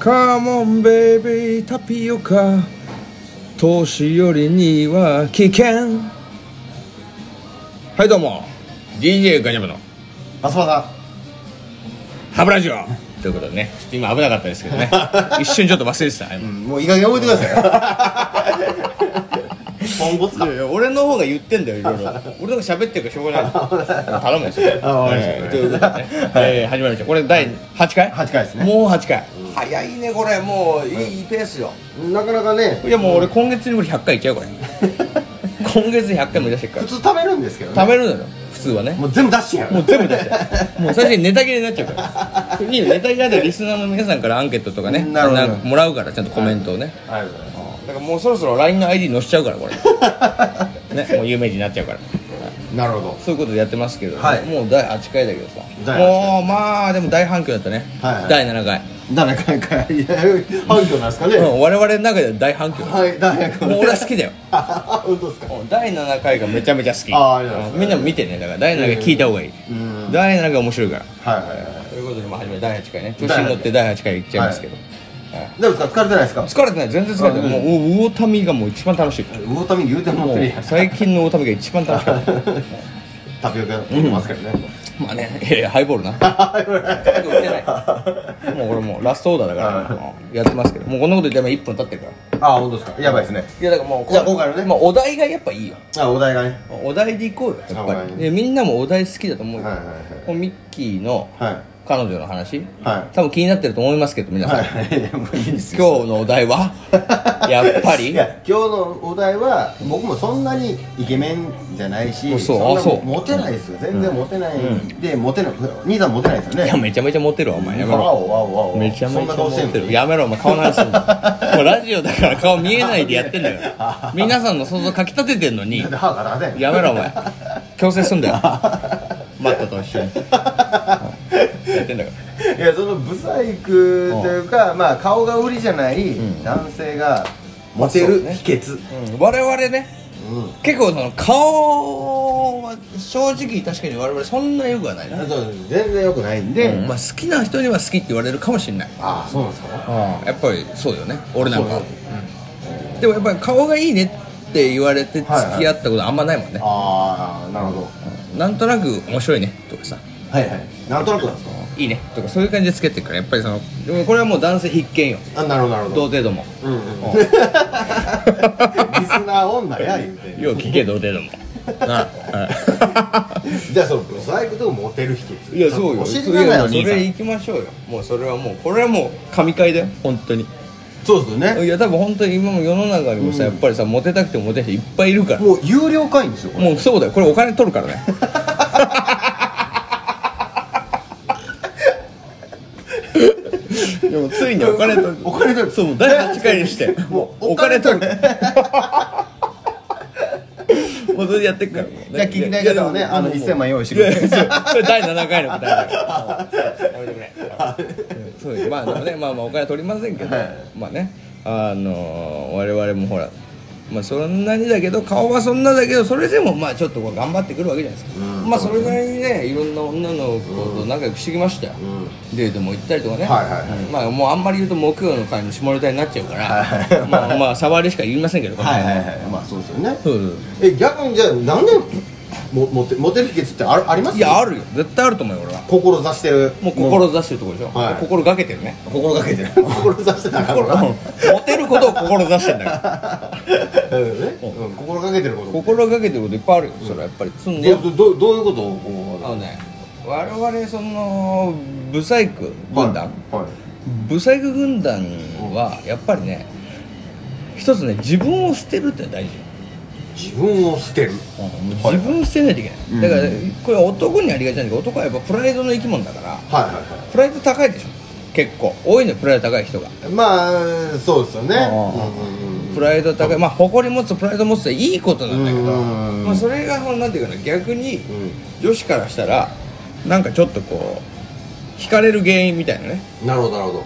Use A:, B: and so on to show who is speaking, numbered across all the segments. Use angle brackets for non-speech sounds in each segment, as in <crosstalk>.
A: カモンベイビータピオカ年寄りには危険はいどうも DJ ガニャムの
B: マスマさ
A: ハブラジオということでねちょっと今危なかったですけ <laughs> どね一瞬ちょっと忘れてた
B: ん、もういい加減覚えてください。ポンコツ
A: いやいや俺の方が言ってんだよいろいろ俺の方が喋ってるからしょうがない頼むです <laughs> よ
B: あわかりました
A: はいということでね、えー始まりましたこれ第8回
B: 8回ですね
A: もう8回、早いねこれもういいペースよ、
B: なかなかね、
A: いやもう俺今月にこれ100回いっちゃうこれ
B: <laughs>
A: 今月に100回も出してるか
B: 普
A: ら
B: 通食べるんですけど
A: 貯め
B: ね。
A: るのよ普通はね
B: もう全部出してやる。
A: もう全部出してもう最初にネタ切れになっちゃうからいいよネタ切れだとリスナーの皆さんからアンケートとかね
B: なるほど
A: んかもらうからちゃんとコメントをね、
B: ありがとうございま
A: だからもうそろそろ LINE の ID 載せちゃうからこ
B: <laughs>
A: れねもう有名人になっちゃうから
B: す。なるほど。
A: そういうことでやってますけど、
B: はい
A: もう第8回だけどさ
B: 第八回
A: もうまあでも大反響だったね、
B: はいはい
A: 第7回、
B: 誰かかいや反響なんですかね。
A: うん、我々の中では大反
B: <laughs>
A: 響
B: はい、誰か。
A: もう俺は好きだよ
B: 本当ですか。
A: うん第7回がめちゃめちゃ好き
B: あーありがとうございます
A: みんなも見てねだから第7回聞いた方がいい、
B: うん。はい
A: 第7回面白いから
B: はいは
A: ということでまあ初め第8回ね調子に乗って第8回いっちゃいますけど、
B: い。どうですか疲れてないですか。
A: 疲れてない全然疲れてない、
B: あ
A: もう魚民がもう一番楽しい
B: 魚民牛天
A: も
B: も
A: う最近の魚民が一番楽しか <laughs> った
B: タピオカ飲んでますけどね。
A: まあねいやいや <laughs> ハイボールな売ってないもう俺もうラストオーダーだから、やってますけどもうこんなこと言っても1分経ってるから
B: あ、本当ですか。やばいですね。
A: いやだからもう
B: じゃあ今回のね
A: まあ、お題がやっぱいいよ
B: あ、お題がね。
A: お題でいこうよやっ
B: あお
A: ぱ
B: 題
A: り
B: ね
A: でみんなもお題好きだと思うよ、
B: はいはい
A: このミッキーの
B: はい。はい。
A: 彼女の話、
B: は
A: 多分気になってると思いますけど皆さん、
B: はい。いやもういいですよ
A: 今日のお題はやっぱり
B: いや今日のお題は僕もそんなにイケメンじゃないし
A: そう
B: そんな
A: あそう
B: モテないですよ全然モテない、でモテない兄さんモテないですよね
A: いやめちゃめちゃモテるわお前やめ
B: わ
A: ろ
B: おわおわお
A: めちゃめちゃ
B: そんな
A: モ
B: 顔して
A: テ
B: ん
A: る
B: の
A: やめろお前顔の話すんだもうラジオだから顔見えないでやってんだ
B: <laughs>
A: よ皆さんの想像かきたててんのに
B: だって歯が立てん
A: やめろお前強制すんだよマットと一緒にやってんだか
B: いやそのブサイクというか、まあ顔が売りじゃない男性がモテる
A: まあそうね
B: 秘訣、
A: ら、うん、我々ね
B: う
A: 結構その顔は正直確かに我々そんなよくはない
B: ん
A: な、
B: そう全然良くないんで、
A: うんまあ、好きな人には好きって言われるかもしれない
B: ああそうなんですか
A: やっぱりそうよね俺なんか
B: そ
A: は
B: う
A: うんでもやっぱり顔がいいねって言われて付き合ったことあんまないもんね、
B: ああなるほど
A: なんとなく面白いねとかさ
B: はいはいなんとなくなんです
A: いいねとかそういう感じで付き合ってるからやっぱりそのでもこれはもう男性必見よ
B: かあなるほどなるほ
A: 童
B: ど
A: 貞ども
B: うんうん <laughs> リスナー女や言うて
A: よう聞け童貞ども <laughs> なあはい
B: じゃあそのブサイクとモテる秘訣
A: いやそうよ
B: 教えてくださいよ
A: いや
B: 兄
A: そ
B: さ
A: れ
B: ん
A: 行きましょうよもうそれはもうこれはもう神回だよ本当に
B: そうですよね
A: いや多分本当に今も世の中にもさ、やっぱりさモテたくてもモテない人いっぱいいるから
B: もう有料会員ですよこれ
A: もうそうだよこれお金取るから
B: <laughs>
A: ねでもついにお金取る
B: お金取る
A: そう第8回にして
B: もう
A: お金取るもうそれやってっからじ
B: じゃあ聞きたい方はねあの1000万用意して
A: い
B: く
A: や
B: れ
A: いや
B: て
A: そう <laughs> それ第7回の答えだからやめてくれ <laughs> そうですまあでもねまあまあお金取りませんけど、
B: はい
A: まあねあのー、我々もほらまあそんなにだけど顔はそんなだけどそれでもまあちょっとこう頑張ってくるわけじゃないですか、
B: うん
A: まあそれなりにねいろんな女の子と仲良くしてきましたよ、デートも行ったりとかね、
B: はいはいはい
A: まあもうあんまり言うと木曜の会の下ネタになっちゃうから、
B: はいはい
A: まあまあ触りしか言いませんけど
B: はいはいはいまあそうですよね
A: そうそうそう
B: え逆にじゃあ何でもモテモテる秘訣ってあるあります
A: いやあるよ絶対あると思うよ俺は
B: 志してる
A: もう志してるところでしょ、
B: はい
A: 心がけてるね
B: 心がけてる志してたから
A: 心モテることを志してんだから
B: <laughs> うんねうん心がけてること
A: 心がけてることいっぱいあるよそれはやっぱりその
B: どどどういうことをこう
A: あのね我々そのブサイク軍団、
B: はい
A: ブサイク軍団はやっぱりね一つね自分を捨てるってのは大事よ
B: 自分を捨てる
A: 自分を捨てないといけ
B: うん
A: ないだからこれ男にありがちなんだけど男はやっぱプライドの生き物だから
B: はいはいは
A: プライド高いでしょ結構多いのよプライド高い人が
B: いまあそうですよね
A: あ
B: うんうんうん
A: プライド高いまあ誇り持つプライド持つっていいことなんだけど
B: うん
A: まあそれがそのなんていうかな逆に
B: う
A: 女子からしたらなんかちょっとこう惹かれる原因みたいなね
B: んなるほどなるほ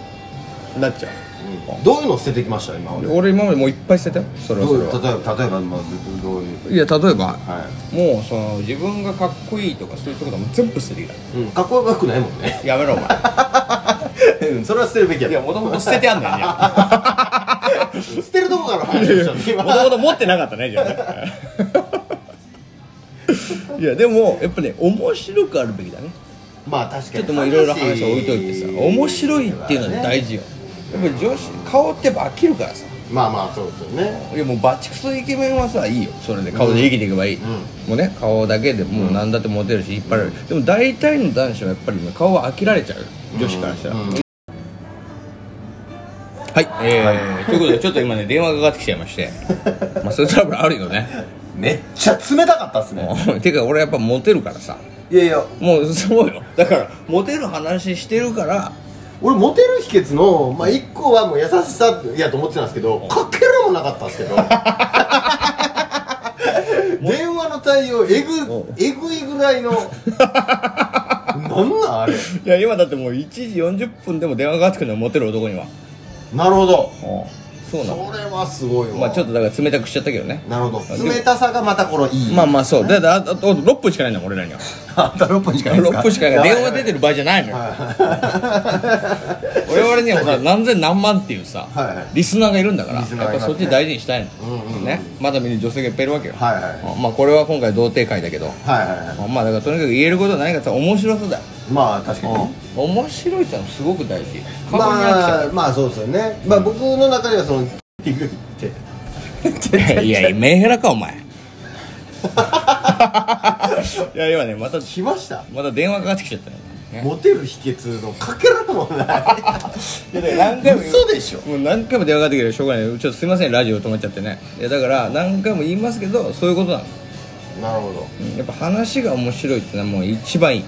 B: ど、
A: なっちゃ
B: うんどういうのを捨ててきました今
A: う
B: 俺
A: で
B: ど
A: 俺今までもういっぱい捨てたよそれは
B: う
A: そ
B: い
A: れ
B: う
A: は
B: 例えば例えば、まあ、どどういう
A: いや例えば
B: は
A: もうその自分がかっこいいとかそういうところも全部捨ててきた
B: い、うん、かっこよくないもんね
A: やめろお前 <laughs>
B: うん <laughs> それは <laughs> 捨てるべきや
C: いやもともと捨ててあんのよね
B: 捨てるとこから話をしたの今
C: もともと持ってなかったねじゃあね
A: いやでもやっぱね面白くあるべきだね
B: まあ確か
A: ち
B: に
A: ょっともういろいろ話を置いといてさ面白いっていうのは大
B: 事
A: 事よやっぱり女子顔ってばっきるからさ
B: まあまあそうですよね
A: いやもうバチクソイケメンはさいいよそれで顔で生きていけばいい、
B: ん
A: もうね顔だけでもう何だってモテるし引っ張られる、でも大体の男子はやっぱりね顔は飽きられちゃう女子からしたら、
B: うんうん
A: はい、えーということでちょっと今ね電話がかかってきちゃいまして <laughs> まあそういうトラブルあるよね <laughs>
B: めっちゃ冷たかったっすね
A: もうてか俺やっぱモテるからさ
B: いやいや
A: もうそうよだからモテる話してるから
B: 俺モテる秘訣の、まあ、一個はもう優しさやと思ってたんですけどかけるもなかったんです <laughs> けど電話の対応えぐ
A: うん
B: えぐいぐらいのなんなんあれ
A: <laughs> いや今だってもう1時40分でも電話がかかってくるのはモテる男には
B: なるほど
A: そう
B: そ
A: なの
B: れはすごいわ、
A: まあちょっとだから冷たくしちゃったけどね
B: なるほど冷たさがまたこのいい
A: まあまあそうだだあとあと6分しかないんだもん俺らには
B: あと6分しかないですか
A: 6分しかないから電話出てる場合じゃないのよ
B: はい
A: 我々にはさ何千何万っていうさ
B: はいはい
A: リスナーがいるんだから
B: リスナー
A: や
B: が
A: っ
B: いま
A: ぱ
B: すね
A: そっち大事にしたい
B: うんうんう
A: の
B: ん
A: ねまだ見る女性がいっぱいいるわけよ
B: はいはいはい
A: まあこれは今回童貞会だけど
B: はいは
A: まあだからとにかく言えることは何かさ面白さだよ
B: いまあ確かにね
A: 面白いってのはすごく大事過去に飽きちゃ
B: ま
A: う
B: あまあそうですよねまあ僕の中ではそのえぐいって
A: いやいやメンヘラかお前いや今ねまた
B: 来ました
A: また電話かかってきちゃったよ
B: モテる秘訣のかけらもない
A: やだから何回も言う
B: 嘘でしょ
A: もう何回も電話かかってきてしょうがないちょっとすいませんラジオ止まっちゃってねいやだから何回も言いますけどそういうことなの、
B: いなるほど
A: うんやっぱ話が面白いってのはもう一番いい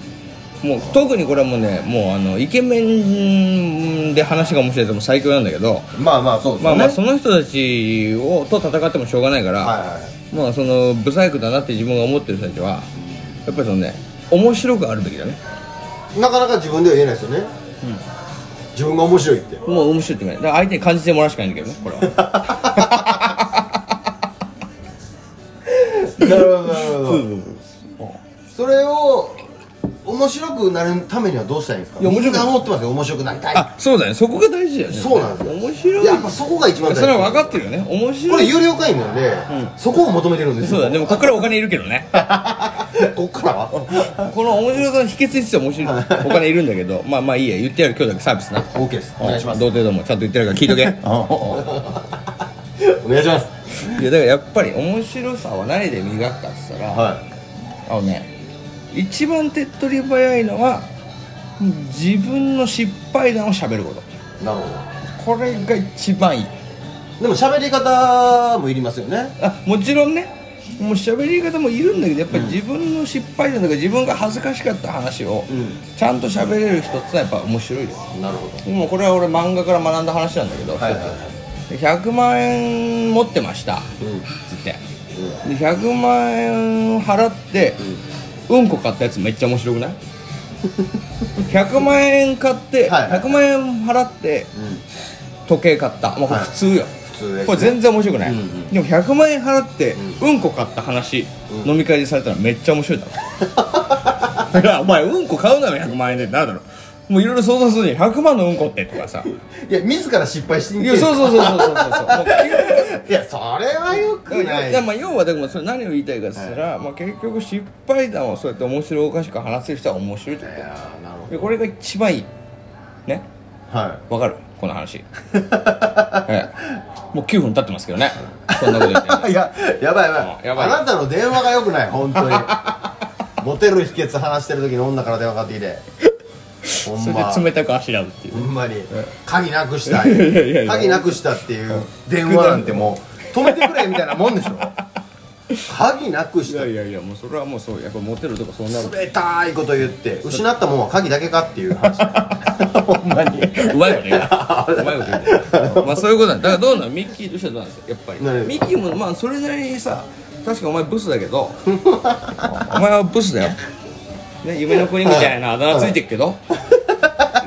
A: もう特にこれはもうねもうあのイケメンで話が面白いってもう最強なんだけど
B: まあまあそうです
A: まあ
B: よね
A: まあその人たちをと戦ってもしょうがないから、
B: はいはい
A: まあその不細工だなって自分が思ってる人たちはやっぱりそのね面白くあるべきだね
B: はいなかなか自分では言えないですよね自分が面白いって
A: もう面白いって言うかねだから相手に感じてもらうしかないんだけどねこれは
B: <laughs> なるほどな <laughs> るほど
A: そうそう
B: それを面白くなるためにはどうしたらいいんですか
A: いや面白く
B: みんな思ってますよ面白くなりたい
A: あそうだねそこが大事だよね
B: そうなんですよ
A: 面白い
B: いややっぱそこが一番大事
A: それは分かってるよね面
B: こ
A: 白
B: れ
A: い
B: 有料会員なんで、そこを求めてるんです
A: そ
B: よ
A: うだねでもここからお金いるけどね
B: <laughs> こっからは
A: この面白さの秘訣については面白いお金いるんだけどまあまあいいや言ってやる今日だけサービスな
B: OK ですお願いします
A: 童貞どもちゃんと言ってやるから聞いと
B: <laughs>
A: けいや
B: お願いします
A: だからやっぱり面白さは何で磨くかって言ったら、
B: はい
A: あのね一番手っ取り早いのは自分の失敗談を喋ること
B: なるほ
A: これが一番いい
B: どでも喋り方もいりますよね
A: あもちろんねもう喋り方もいるんだけどやっぱり自分の失敗談とか自分が恥ずかしかった話を
B: うん
A: ちゃんと喋れる人ってのはやっぱ面白いよ
B: なるほど
A: もうこれは俺漫画から学んだ話なんだけど、
B: はいはいはい
A: 一つ100万円持ってました
B: うんうん
A: つってで100万円払って、うん、こ買ったやつめっちゃ面白くない100万円買って、
B: はいはい
A: 100万円払って
B: うん
A: 時計買った、まあ、これ
B: はい
A: 普通よ、
B: 普通ですね
A: これ全然面白くない、
B: うんうん
A: でも100万円払って、う、
B: うん
A: こ買った話、
B: うん
A: 飲み会でされたらめっちゃ面白いだ <laughs> ろいやお前うんこ買うなよ100万円でってなるだろもういろいろ想像するに100万のうんこってとかさい
B: いや自ら失敗してみて
A: やそうそうそうそうそうそうもう
B: いやそれはよくない
A: やまあ要はでもそれ何を言いたいかっつったら、まあ、結局失敗談をそうやって面白おかしく話せる人は面白いってこ
B: やなるほ
A: とでこれが一番いいね
B: どは
A: わかるこの <laughs> 話、ええ、もう9分経ってますけどねそんなこと言って
B: いいややばいやば
A: うん
B: い
A: やばい
B: あなたの電話がよくない本
A: <laughs>
B: 当にモテる秘訣話してる時に女から電話かかって
A: <laughs>
B: きてほん
A: そ
B: ま
A: れで冷たくあしらうっていう
B: ほんまに鍵なくしたい
A: いやいやいや
B: 鍵なくしたっていう電話なんてもう止めてくれみたいなもんでしょ鍵なく
A: い
B: した
A: や
B: い
A: いやいやもうそれはもうそうやっぱモテるとかそ <laughs> んなの
B: 冷たいこと言って失ったもんは鍵だけかっていう
A: <laughs>
B: 話ほんまに
A: うまいこと言うな <laughs> うまいこと言うなまあそういうことなんだだからどうなのミッキーとしてはどうなんですかやっぱり
B: 何
A: ミッキーもまあそれなりにさ確かお前ブスだけど <laughs> お前はブスだよ、ね、夢の国みたいなあだ名ついてるけど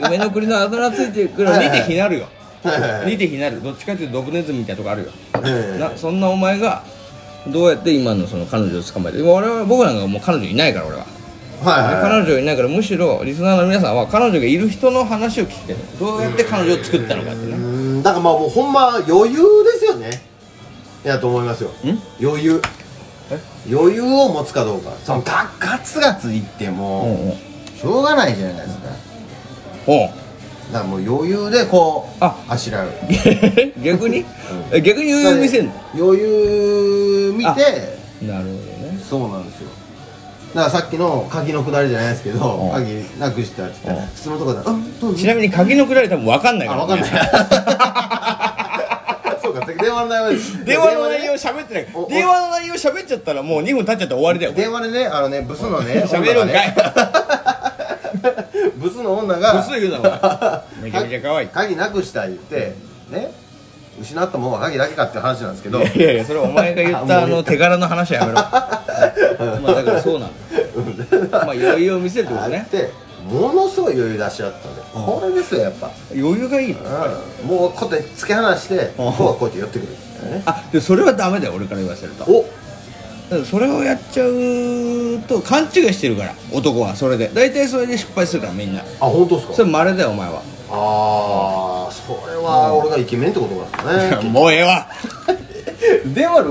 A: 夢の国のあだ名ついてるから
B: はい
A: 似
B: はい
A: て非なるよ
B: はいはいはい
A: 似て非なるどっちかっていうとドブネズミみたいなとこあるよ
B: ええ
A: なそんなお前がどうやって今のその彼女を捕まえて今俺は僕なんかもう彼女いないから俺は
B: はいはいはい
A: 彼女いないからむしろリスナーの皆さんは彼女がいる人の話を聞きたいどうやって彼女を作ったのかって
B: う
A: ね
B: ーんだからまあもうほんま余裕ですよねいやと思いますよ余裕余裕を持つかどうかそのガガツガツいっても
A: うんうん
B: しょうがないじゃないですか
A: おう
B: だからもう余裕でこう
A: あ
B: あしらう
A: <laughs> 逆にえ逆に余裕見せんの
B: 余裕見
A: あ
B: て
A: なるほどね
B: そうなんですよだからさっきの鍵のくだりじゃないですけ
A: う
B: ど
A: ん
B: 鍵なくしたって言っ
A: う
B: たら
A: ん
B: 普通のとこで「うんどうぞ
A: ちなみに鍵のくだり多分分かんないか
B: あ
A: ら、ね、
B: わかんない <laughs> そうか電話の内容で
C: 電話の内容
B: で
C: 喋ってない
B: おお
C: 電話の内容喋っちゃったらもう2分経っちゃったら終わりだよ
B: 電話でねあのねブスのね
A: <laughs>
C: 喋るんかい
B: ブスの女が
A: ブス言うなお <laughs> 前めちゃめちゃ可愛い
B: 鍵なくした言ってね失ったもんは鍵だけかっていう話なんですけど
A: いやいやそれお前が言ったあの手柄の話は <laughs> やめろまあだからそうなのまあ余裕を見せるってこと
B: あれっ
A: ね
B: てものすごい余裕出し合ったんでこれですよやっぱ
A: 余裕がいいの
B: うんもうこうやって突き放して
A: うん
B: こうはこうやって寄ってくるね
A: あでそれはダメだよ俺から言わせると
B: お
A: だからそれをやっちゃうと勘違いしてるから男はそれで大体それで失敗するからみんな
B: あ本当です
A: そ
B: か
A: れまれだよお前は <laughs>
B: ああそれは俺がイケメンってことなんですかね
C: もうええわ
B: <laughs> では